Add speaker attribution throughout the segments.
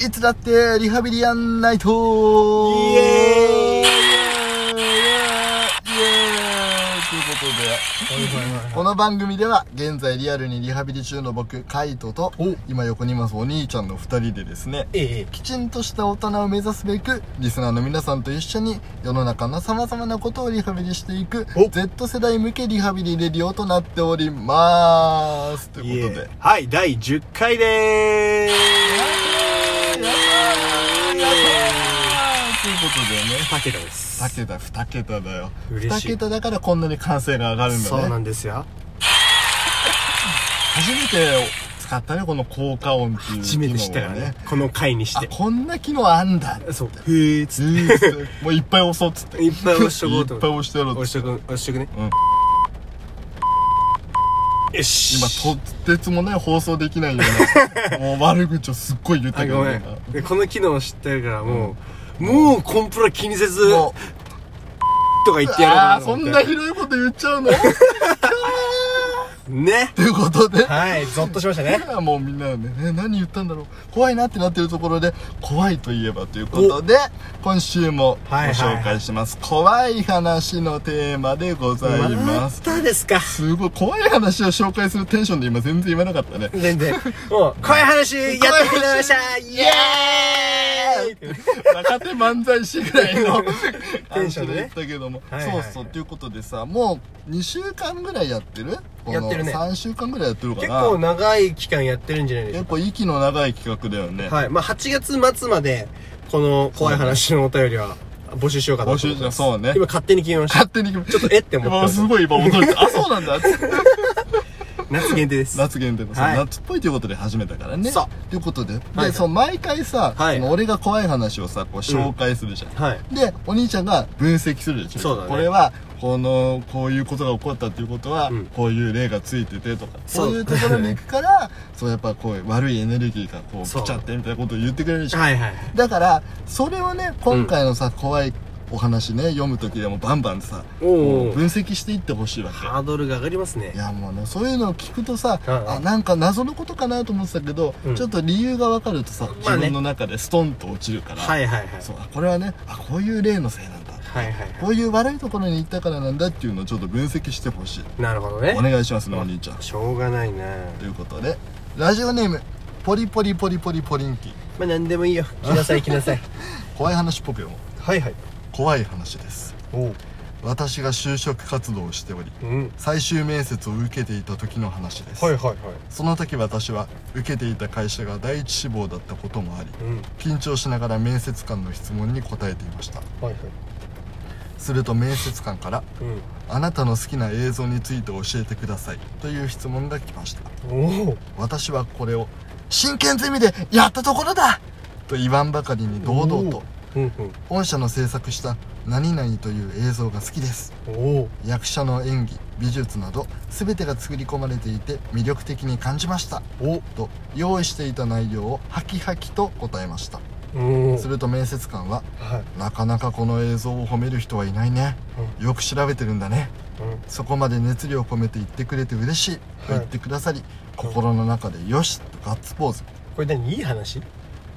Speaker 1: いつだってリハビリやんないとイエ
Speaker 2: イエーイ
Speaker 1: イエーイイエーイということで、この番組では現在リアルにリハビリ中の僕、カイトと
Speaker 2: お、
Speaker 1: 今横にいますお兄ちゃんの二人でですね、
Speaker 2: ええ
Speaker 1: きちんとした大人を目指すべくリスナーの皆さんと一緒に世の中のさまざまなことをリハビリしていく
Speaker 2: お
Speaker 1: Z 世代向けリハビリレディオとなっておりますということで
Speaker 2: はい第10回でーすイエ
Speaker 1: ということでね
Speaker 2: ーイ武田です
Speaker 1: 2桁2桁だよ
Speaker 2: 嬉しい
Speaker 1: 2桁だからこんなに歓声が上がるんだね
Speaker 2: そうなんですよ
Speaker 1: 初めて使ったねこの効果音っていう
Speaker 2: 初めて知ったから
Speaker 1: 機能は
Speaker 2: ねこの回にし
Speaker 1: あ
Speaker 2: て
Speaker 1: こんな機能あんだ
Speaker 2: そうへえつ
Speaker 1: ずーっともういっぱい押そうっつって
Speaker 2: いっぱい押しとこうと
Speaker 1: いっぱい
Speaker 2: 思って
Speaker 1: 押してやろうっつって
Speaker 2: 押しとく押しとくね
Speaker 1: うん
Speaker 2: よし
Speaker 1: 今とてつもない放送できないよ うなもう悪口をすっごい言った
Speaker 2: あ
Speaker 1: けど
Speaker 2: ごめ
Speaker 1: ね
Speaker 2: んでこの機能を知ってるからもうもうコンプラ気にせず
Speaker 1: も
Speaker 2: とか言っ
Speaker 1: う
Speaker 2: てやろうか
Speaker 1: あ
Speaker 2: な
Speaker 1: ー
Speaker 2: と
Speaker 1: そ
Speaker 2: 思
Speaker 1: ん
Speaker 2: っ
Speaker 1: な
Speaker 2: て
Speaker 1: 広いこと言っち ゃうのとい
Speaker 2: ね
Speaker 1: うことで
Speaker 2: はいゾッとしましたね
Speaker 1: もうみんなねね何言ったんだろう怖いなってなってるところで怖いといえばということで今週もご
Speaker 2: はいはい
Speaker 1: 紹介します、怖い話のテーマでござい
Speaker 2: ま
Speaker 1: ます
Speaker 2: たですか
Speaker 1: すごい怖い話を紹介するテンションで今全然言わなかった ね
Speaker 2: 全然もうこういう話やってくれましたイエーイ
Speaker 1: 若手漫才師ぐらいの
Speaker 2: テンション
Speaker 1: 感じ
Speaker 2: でね
Speaker 1: 言ったけども、
Speaker 2: はいはいはい
Speaker 1: そうそうということでさもう2週間ぐらいやってるこの
Speaker 2: やってるね
Speaker 1: 3週間ぐらいやってるか
Speaker 2: 結
Speaker 1: な
Speaker 2: 構長い期間やってるんじゃないでしょ
Speaker 1: 結
Speaker 2: う
Speaker 1: 構息の長い企画だよね、
Speaker 2: かはいまあ8月末までこの怖い話のお便りは募集しようかなと
Speaker 1: 募集
Speaker 2: 思って
Speaker 1: じゃ
Speaker 2: ます
Speaker 1: そうね
Speaker 2: 今勝手に決めました
Speaker 1: 勝手にちょ
Speaker 2: ちょっとえって思ってます
Speaker 1: すごい今驚いてあそうなんだ
Speaker 2: 夏限定です
Speaker 1: 夏限定の、そう
Speaker 2: はい
Speaker 1: 夏っぽいということで始めたからね
Speaker 2: そう
Speaker 1: ということでで、
Speaker 2: はい
Speaker 1: そう毎回さ、
Speaker 2: はい
Speaker 1: その俺が怖い話をさこう紹介するじゃん、
Speaker 2: はい
Speaker 1: でお兄ちゃんが分析するでしょ
Speaker 2: そうだね
Speaker 1: これはこのこういうことが起こったっていうことは、
Speaker 2: うん
Speaker 1: こういう例がついててとか
Speaker 2: そ
Speaker 1: そうういうところに行くから そうやっぱこういう悪いエネルギーがこう
Speaker 2: そう
Speaker 1: 来ちゃってみたいなことを言ってくれるでしょ
Speaker 2: はいはい
Speaker 1: だからそれをね今回のさ、怖いお話ね読む時でもバンバンさ
Speaker 2: お
Speaker 1: こう
Speaker 2: お
Speaker 1: 分析していってほしいわけ
Speaker 2: ハードルが上がりますね
Speaker 1: いやもうねそういうのを聞くとさ、
Speaker 2: うん
Speaker 1: あなんか謎のことかなと思ってたけど、
Speaker 2: うん
Speaker 1: ちょっと理由が分かるとさ、
Speaker 2: まあ
Speaker 1: 自
Speaker 2: ね
Speaker 1: 分の中でストンと落ちるから、
Speaker 2: はいはいはい
Speaker 1: そうあこれはねあこういう例のせいなんだ
Speaker 2: はいはいは
Speaker 1: こういう悪いところに行ったからなんだっていうのをちょっと分析してほしい。
Speaker 2: いなるほどね
Speaker 1: お願いしますね、お兄ちゃん。
Speaker 2: しょうがないな
Speaker 1: ということで、ラジオネーム、ポリポリポリポリポリンキー。
Speaker 2: まあ何でもいいよ来なさい来なさい
Speaker 1: 怖い話っぽくよ。
Speaker 2: はいはい
Speaker 1: 怖い話です。
Speaker 2: おう
Speaker 1: 私が就職活動をしており、
Speaker 2: うん
Speaker 1: 最終面接を受けていた時の話です。
Speaker 2: はいはいは
Speaker 1: その時私は、受けていた会社が第一志望だったこともあり、
Speaker 2: いうん
Speaker 1: 緊張しながら面接官の質問に答えていました。
Speaker 2: はいはい
Speaker 1: すると面接官から、
Speaker 2: うん
Speaker 1: あなたの好きな映像について教えてくださいという質問が来ました
Speaker 2: おお
Speaker 1: 私はこれを真剣ゼミでやったところだと言わんばかりに堂々と
Speaker 2: うん
Speaker 1: 本社の制作した何々という映像が好きです
Speaker 2: うんおお
Speaker 1: 役者の演技美術など全てが作り込まれていて魅力的に感じました
Speaker 2: お
Speaker 1: と用意していた内容をハキハキと答えました
Speaker 2: お
Speaker 1: すると面接官は
Speaker 2: はい
Speaker 1: なかなかこの映像を褒める人はいないねよく調べてるんだね
Speaker 2: う
Speaker 1: そこまで熱量を込めて言ってくれて嬉しいと言ってくださり、心の中でよしとガッツポーズ
Speaker 2: んこれ何いい話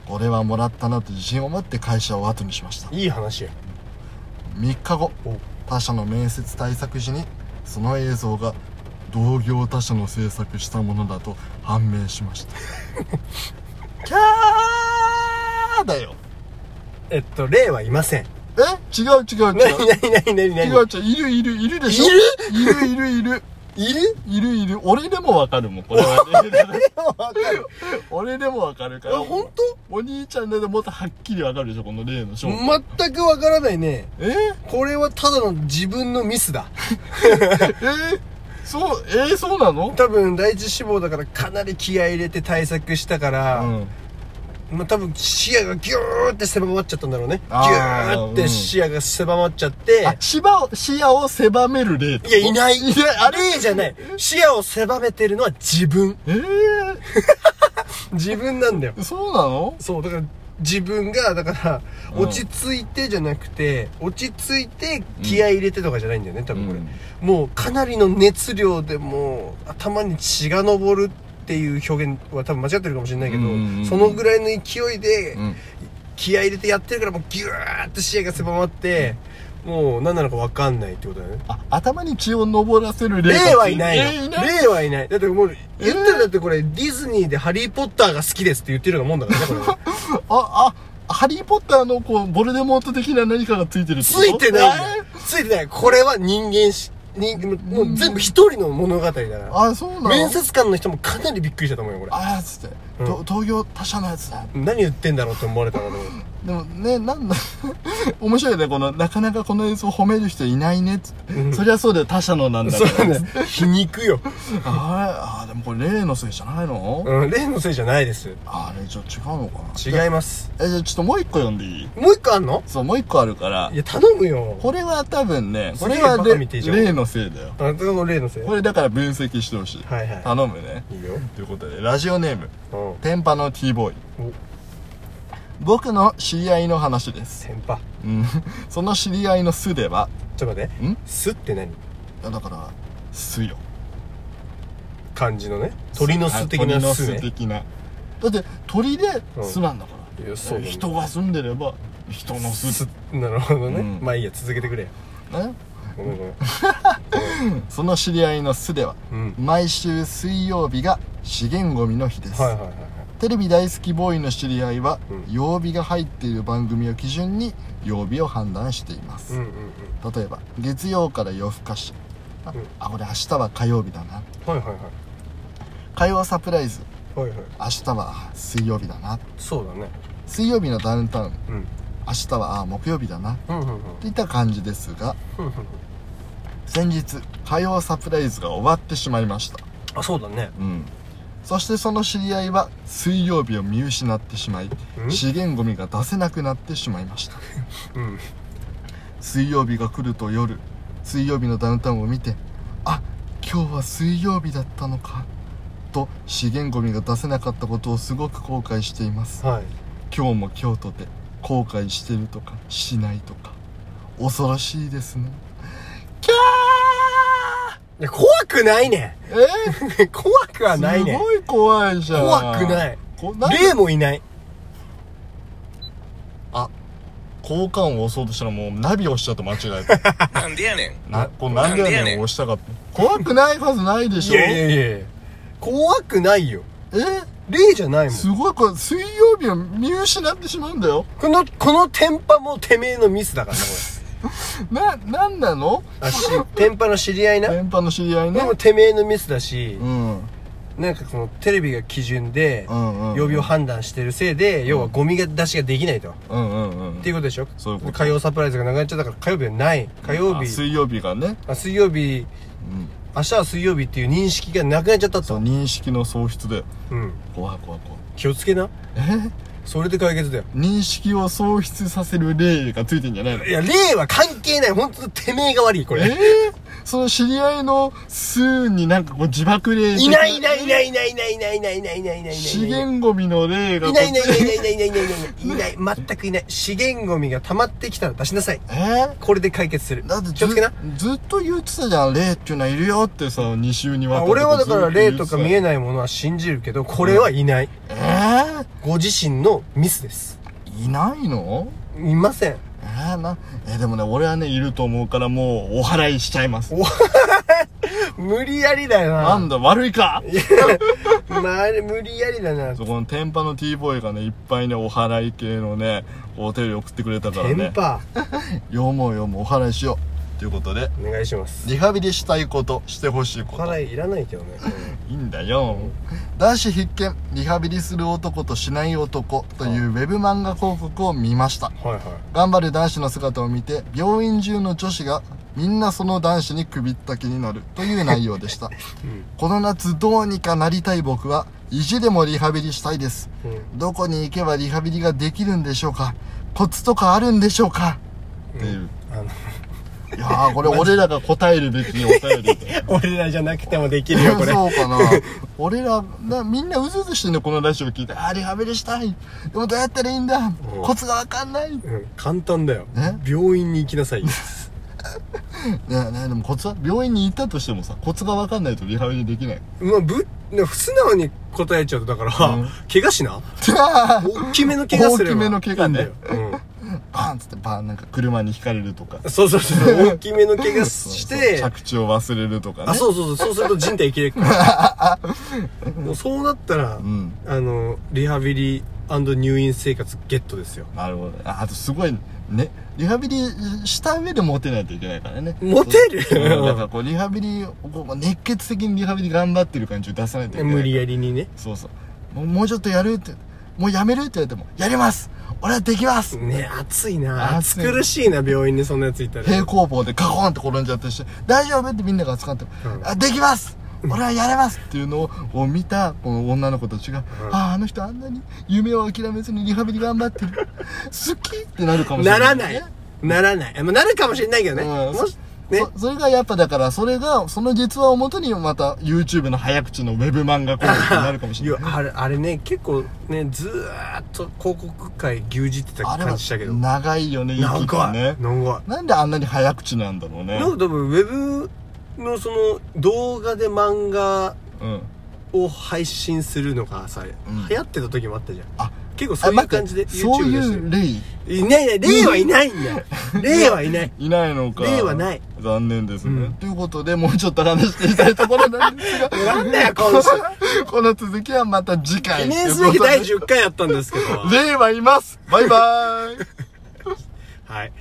Speaker 1: これはもらったなと自信を持って会社を後にしました
Speaker 2: いい話や
Speaker 1: 3日後
Speaker 2: お
Speaker 1: 他社の面接対策時にその映像が同業他社の制作したものだと判明しました キャーだよ
Speaker 2: えっと例はいません
Speaker 1: え違う違う
Speaker 2: な
Speaker 1: 違
Speaker 2: に
Speaker 1: う
Speaker 2: なになになに
Speaker 1: 違
Speaker 2: なに
Speaker 1: う違ういるいるいるでしょいるいるいるいる
Speaker 2: いる
Speaker 1: いるいる俺でもわかるもんこれは、 ね、俺でもわかるから
Speaker 2: 本
Speaker 1: お兄ちゃんでもっとはっきりわかるでしょこの例の
Speaker 2: 当
Speaker 1: 勝負、
Speaker 2: 全くわからないね
Speaker 1: えー、
Speaker 2: これはただの自分のミスだ
Speaker 1: えー、そうえー、そうなの
Speaker 2: 多分第一志望だからかなり気合い入れて対策したから、
Speaker 1: うん
Speaker 2: まあ、多分視野がギューって狭まっちゃったんだろうねギュ
Speaker 1: あー
Speaker 2: ーって視野が狭まっちゃって、
Speaker 1: あ芝を視野を狭める例
Speaker 2: いやい
Speaker 1: い
Speaker 2: ないいやあれじゃない視野を狭めてるのは自分
Speaker 1: ええ
Speaker 2: 自分なんだよ
Speaker 1: ー、そうなの
Speaker 2: そうだから自分がだから
Speaker 1: うん
Speaker 2: 落ち着いてじゃなくて、落ち着いて気合い入れてとかじゃないんだよね多分これ、
Speaker 1: うん
Speaker 2: もうかなりの熱量でもう頭に血が上るっていう表現は多分間違ってるかもしれないけど、
Speaker 1: うんうんうん
Speaker 2: そのぐらいの勢いで、
Speaker 1: うん
Speaker 2: 気合い入れてやってるからもうギューッと視野が狭まって、もう何なのか分かんないってことだよね
Speaker 1: あ頭に血を上らせる例
Speaker 2: 例はいない
Speaker 1: 例
Speaker 2: の。例はいない。だってもう、言ったらだってこれ、ディズニーでハリーポッターが好きですって言ってるようなもんだからね、これ は。
Speaker 1: ああハリー・ポッターのこうボルデモート的な何かがついてるっ
Speaker 2: つ
Speaker 1: こと
Speaker 2: いてないんだよ。ついてない。これは人間し、人もう全部一人の物語だから。
Speaker 1: あそうなの
Speaker 2: 面接官の人もかなりびっくりしたと思うよ、これ。
Speaker 1: ああつって、
Speaker 2: うん
Speaker 1: と同業他社のやつだ
Speaker 2: 何言ってんだろうって思われたらと思う。
Speaker 1: でもねなんだ面白いねこのなかなかこの演奏褒める人いないねっつって、そりゃ そうだよ他社のなんだ
Speaker 2: そ
Speaker 1: か
Speaker 2: う
Speaker 1: ら
Speaker 2: だね。皮肉よ。
Speaker 1: あれあーでもこれ例のせいじゃないの、
Speaker 2: うん、例のせいじゃないです。
Speaker 1: あれじゃあ違うのかな
Speaker 2: 違います。
Speaker 1: えじゃあちょっともう一個読んでいい
Speaker 2: もう一個あんの
Speaker 1: そうもう一個あるから
Speaker 2: いや、頼むよ。
Speaker 1: これは多分ね
Speaker 2: す
Speaker 1: こ
Speaker 2: げえ
Speaker 1: れは
Speaker 2: バカみてえじゃん
Speaker 1: 例のせいだよ
Speaker 2: あなたの例のせい。
Speaker 1: こ
Speaker 2: はい
Speaker 1: れだから分析してほしい
Speaker 2: は
Speaker 1: 頼むね
Speaker 2: い。いいよ。
Speaker 1: ということでラジオネーム
Speaker 2: うん。
Speaker 1: テンパの T ボーイ
Speaker 2: お
Speaker 1: 僕の知り合いの話です、
Speaker 2: 先輩。
Speaker 1: うん、その知り合いの巣では
Speaker 2: ちょっと待って
Speaker 1: ん。
Speaker 2: すって何
Speaker 1: だから巣よ
Speaker 2: 感じのね鳥の巣的
Speaker 1: あ
Speaker 2: な
Speaker 1: 鳥の
Speaker 2: 巣
Speaker 1: 巣
Speaker 2: ね
Speaker 1: 的なだって鳥で巣なんだから、
Speaker 2: いやそうだね
Speaker 1: 人が住んでれば人の巣
Speaker 2: 巣なるほどね、
Speaker 1: うん
Speaker 2: まあいいや続けてくれよ
Speaker 1: ね
Speaker 2: ごめんごめん
Speaker 1: その知り合いの巣では
Speaker 2: うん
Speaker 1: 毎週水曜日が資源ゴミの日です、
Speaker 2: はいはいはいはい
Speaker 1: テレビ大好きボーイの知り合いは、
Speaker 2: うん
Speaker 1: 曜日が入っている番組を基準に曜日を判断しています、
Speaker 2: うんうんうん
Speaker 1: 例えば月曜から夜更かしあ,、
Speaker 2: うん
Speaker 1: あこれ明日は火曜日だな
Speaker 2: はいはいはい
Speaker 1: 火曜はサプライズ
Speaker 2: はいはい
Speaker 1: 明日は水曜日だな
Speaker 2: そうだね
Speaker 1: 水曜日のダウンタウン
Speaker 2: うん
Speaker 1: 明日はあ木曜日だなと
Speaker 2: うんうんうん
Speaker 1: いった感じですが
Speaker 2: うんうん
Speaker 1: 先日火曜サプライズが終わってしまいました
Speaker 2: あそうだね
Speaker 1: うんそしてその知り合いは水曜日を見失ってしまい
Speaker 2: ん
Speaker 1: 資源ゴミが出せなくなってしまいました
Speaker 2: うん
Speaker 1: 水曜日が来ると夜水曜日のダウンタウンを見てあ今日は水曜日だったのかと資源ゴミが出せなかったことをすごく後悔しています
Speaker 2: はい
Speaker 1: 今日も今日とて後悔してるとかしないとか恐ろしいですねキャ
Speaker 2: いや怖くないね
Speaker 1: ーえー、
Speaker 2: 怖くはない
Speaker 1: す
Speaker 2: ね
Speaker 1: ごい怖いじゃん
Speaker 2: 怖くない
Speaker 1: こなんで
Speaker 2: 霊もいない
Speaker 1: 交換音を押そうとしたらもうナビ押しちゃった間 違えた
Speaker 3: なんでやねん。
Speaker 1: なこうなんでやねんを押したかった怖くないはずないで
Speaker 2: い
Speaker 1: しょ
Speaker 2: やいやいやいや怖くないよ
Speaker 1: えー
Speaker 2: 霊じゃないもん
Speaker 1: すごいこれ水曜日は見失ってしまうんだよ
Speaker 2: このこのテンパもてめえのミスだからね
Speaker 1: ななんなの
Speaker 2: これあし テンパの知り合いな
Speaker 1: 電波の知り合い
Speaker 2: で
Speaker 1: ね
Speaker 2: もてめえのミスだし
Speaker 1: う、ん
Speaker 2: なんかこのテレビが基準で
Speaker 1: う、んうん
Speaker 2: 曜日を判断してるせいで、要はゴミが出しができないと。っ
Speaker 1: うんうんうん
Speaker 2: ていうことでしょ
Speaker 1: そういうこと
Speaker 2: 火曜サプライズがなくなっちゃったから火曜日はない。火曜
Speaker 1: あ
Speaker 2: 日、
Speaker 1: 水曜日がね、
Speaker 2: あ水曜日、
Speaker 1: うん、
Speaker 2: 明日は水曜日っていう認識がなくなっちゃった
Speaker 1: そう
Speaker 2: と。
Speaker 1: 認識の喪失で
Speaker 2: うん。
Speaker 1: 怖い怖い怖い
Speaker 2: 気をつけな。
Speaker 1: え
Speaker 2: それで解決だよ。
Speaker 1: 認識を喪失させる例がついてんじゃないの
Speaker 2: いや、例は関係ない。本当にてめえが悪い、こ
Speaker 1: え
Speaker 2: れ。
Speaker 1: ーその知り合いの数になんかこう自爆例的
Speaker 2: いないいないいないいないいないいないいないいないいないいないいない。
Speaker 1: 資源ゴミの例が
Speaker 2: いないいないいないいないいないいないいない。いない。全くいない。資源ゴミが溜まってきたら出しなさい。
Speaker 1: えー
Speaker 2: これで解決する。
Speaker 1: だって
Speaker 2: 気
Speaker 1: ず
Speaker 2: をつけな。
Speaker 1: ずっと言ってたじゃん霊っていうのはいるよってさ2週にわ
Speaker 2: あ
Speaker 1: たって
Speaker 2: 俺はだから霊とか見え
Speaker 1: ない
Speaker 2: ないものは信じるけど、これはいない。
Speaker 1: え
Speaker 2: ご自身のミスです。
Speaker 1: ー、いないの
Speaker 2: いません。
Speaker 1: えー、なえーでもね俺はねいると思うからもうお祓いしちゃいます
Speaker 2: 無理やりだよ
Speaker 1: な
Speaker 2: な。
Speaker 1: んだ悪いか
Speaker 2: まあ、あれ無理やりだな。
Speaker 1: そこの天パの T ボーイがねいっぱいねお祓い系のねお手入れ送ってくれたから
Speaker 2: テン
Speaker 1: ね
Speaker 2: パ
Speaker 1: 読もう読もうお祓いしようということで
Speaker 2: お願いします。
Speaker 1: リハビリしたいことしてほしいこと
Speaker 2: 払いいらないけどね。
Speaker 1: いいんだよ男子必見リハビリする男としない男というウェブ漫画広告を見ました
Speaker 2: はいは
Speaker 1: 頑張る男子の姿を見て病院中の女子がみんなその男子に首ったけになると いう内容でした、
Speaker 2: ん
Speaker 1: この夏どうにかなりたい僕は意地でもリハビリしたいです
Speaker 2: い。うん
Speaker 1: どこに行けばリハビリができるんでしょうかコツとかあるんでしょうか、っていう
Speaker 2: あの
Speaker 1: いやーこれ俺らが答えるべきお便りで
Speaker 2: 俺らじゃなくてもできるよ、これ。
Speaker 1: そうかな俺らなみんなうずうずしてんのこのラジオ聞いてあーリハビリしたいでもどうやったらいいんだコツがわかんない
Speaker 2: うん簡単だよ
Speaker 1: ね。
Speaker 2: 病院に行きなさいよ。
Speaker 1: いやねでもコツは病院に行ったとしてもさコツが分かんないとリハビリできない
Speaker 2: まあ、ぶね素直に答えちゃうとだから、
Speaker 1: うん
Speaker 2: 怪我しな大きめの怪我すれば
Speaker 1: 大きめの怪
Speaker 2: いい
Speaker 1: 我
Speaker 2: んだ
Speaker 1: ね
Speaker 2: よ、うん
Speaker 1: バーンっつってバーンなんか車にひかれるとか
Speaker 2: そうそうそ うそう大きめの怪我し
Speaker 1: そう
Speaker 2: て
Speaker 1: そう着地を忘れるとかね
Speaker 2: あそうそうそうそうすると人体切れっから もうそうなったら、
Speaker 1: うん
Speaker 2: あのリハビリ入院生活ゲットですよ
Speaker 1: なるほどああとすごいねリハビリした上でモテないといけないからね
Speaker 2: モテる
Speaker 1: うんだからこうリハビリをこう熱血的にリハビリ頑張ってる感じを出さないといけない
Speaker 2: 無理や
Speaker 1: り
Speaker 2: りにね
Speaker 1: そうそうもうもうちょっとやるってもうやめるって言われてもやります俺はできます
Speaker 2: ね暑いな暑
Speaker 1: 暑い
Speaker 2: 苦しいな病院にそんなやついたら
Speaker 1: 平行棒でカコンって転んじゃったりして大丈夫ってみんなが掴んで、
Speaker 2: うん
Speaker 1: あできます俺はやれますっていうのをを見たこの女の子たちが、
Speaker 2: うん
Speaker 1: あああの人あんなに夢を諦めずにリハビリ頑張ってる好きってなるかもしれ
Speaker 2: な
Speaker 1: な
Speaker 2: ら
Speaker 1: い、
Speaker 2: ないならないまあなるかもしれないけどね、
Speaker 1: うん
Speaker 2: もしね
Speaker 1: そそれがやっぱだからそれがその実話をもとにまた YouTube の早口のウェブ漫画コーナーになるかもし
Speaker 2: い
Speaker 1: れ
Speaker 2: や
Speaker 1: ない
Speaker 2: あれあれね結構ねずーっと広告界牛耳ってた
Speaker 1: あれ
Speaker 2: 感
Speaker 1: は
Speaker 2: じしたけど
Speaker 1: 長いよね息って
Speaker 2: 長い
Speaker 1: ね
Speaker 2: 長い
Speaker 1: なんであんなに早口なんだろうね
Speaker 2: なんか多分ウェブのその動画で漫画
Speaker 1: うん
Speaker 2: を配信するのがさ、
Speaker 1: ん
Speaker 2: 流行ってた時もあったじゃん
Speaker 1: あ
Speaker 2: 結構そういう感じで
Speaker 1: あ待ってそう
Speaker 2: YouTube で
Speaker 1: いう例
Speaker 2: いないいない例はいな いんだよ例はいない
Speaker 1: いないのか
Speaker 2: 例はない
Speaker 1: 残念ですね、
Speaker 2: うん
Speaker 1: ということでもうちょっと話していきたいところなんです が
Speaker 2: なんだよ今週
Speaker 1: この続きはまた次回
Speaker 2: 記念すべき第10回やったんですけど
Speaker 1: 例はいますバイバーイ
Speaker 2: はい